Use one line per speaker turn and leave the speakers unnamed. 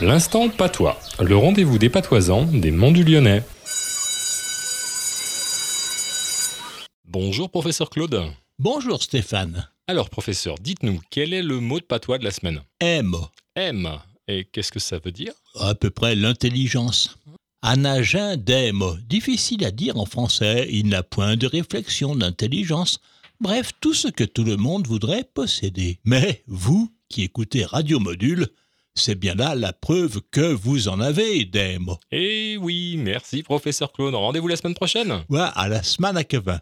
L'instant patois, le rendez-vous des patoisans des Monts du Lyonnais. Bonjour professeur Claude.
Bonjour Stéphane.
Alors professeur, dites-nous quel est le mot de patois de la semaine
M,
M. Et qu'est-ce que ça veut dire
à peu près l'intelligence. Anagin d'Aime, difficile à dire en français, il n'a point de réflexion, d'intelligence, bref, tout ce que tout le monde voudrait posséder. Mais vous, qui écoutez Radio Module, c'est bien là la preuve que vous en avez d'Aime.
Eh oui, merci professeur Claude. Rendez-vous la semaine prochaine.
Ouais, à la semaine à Kevin.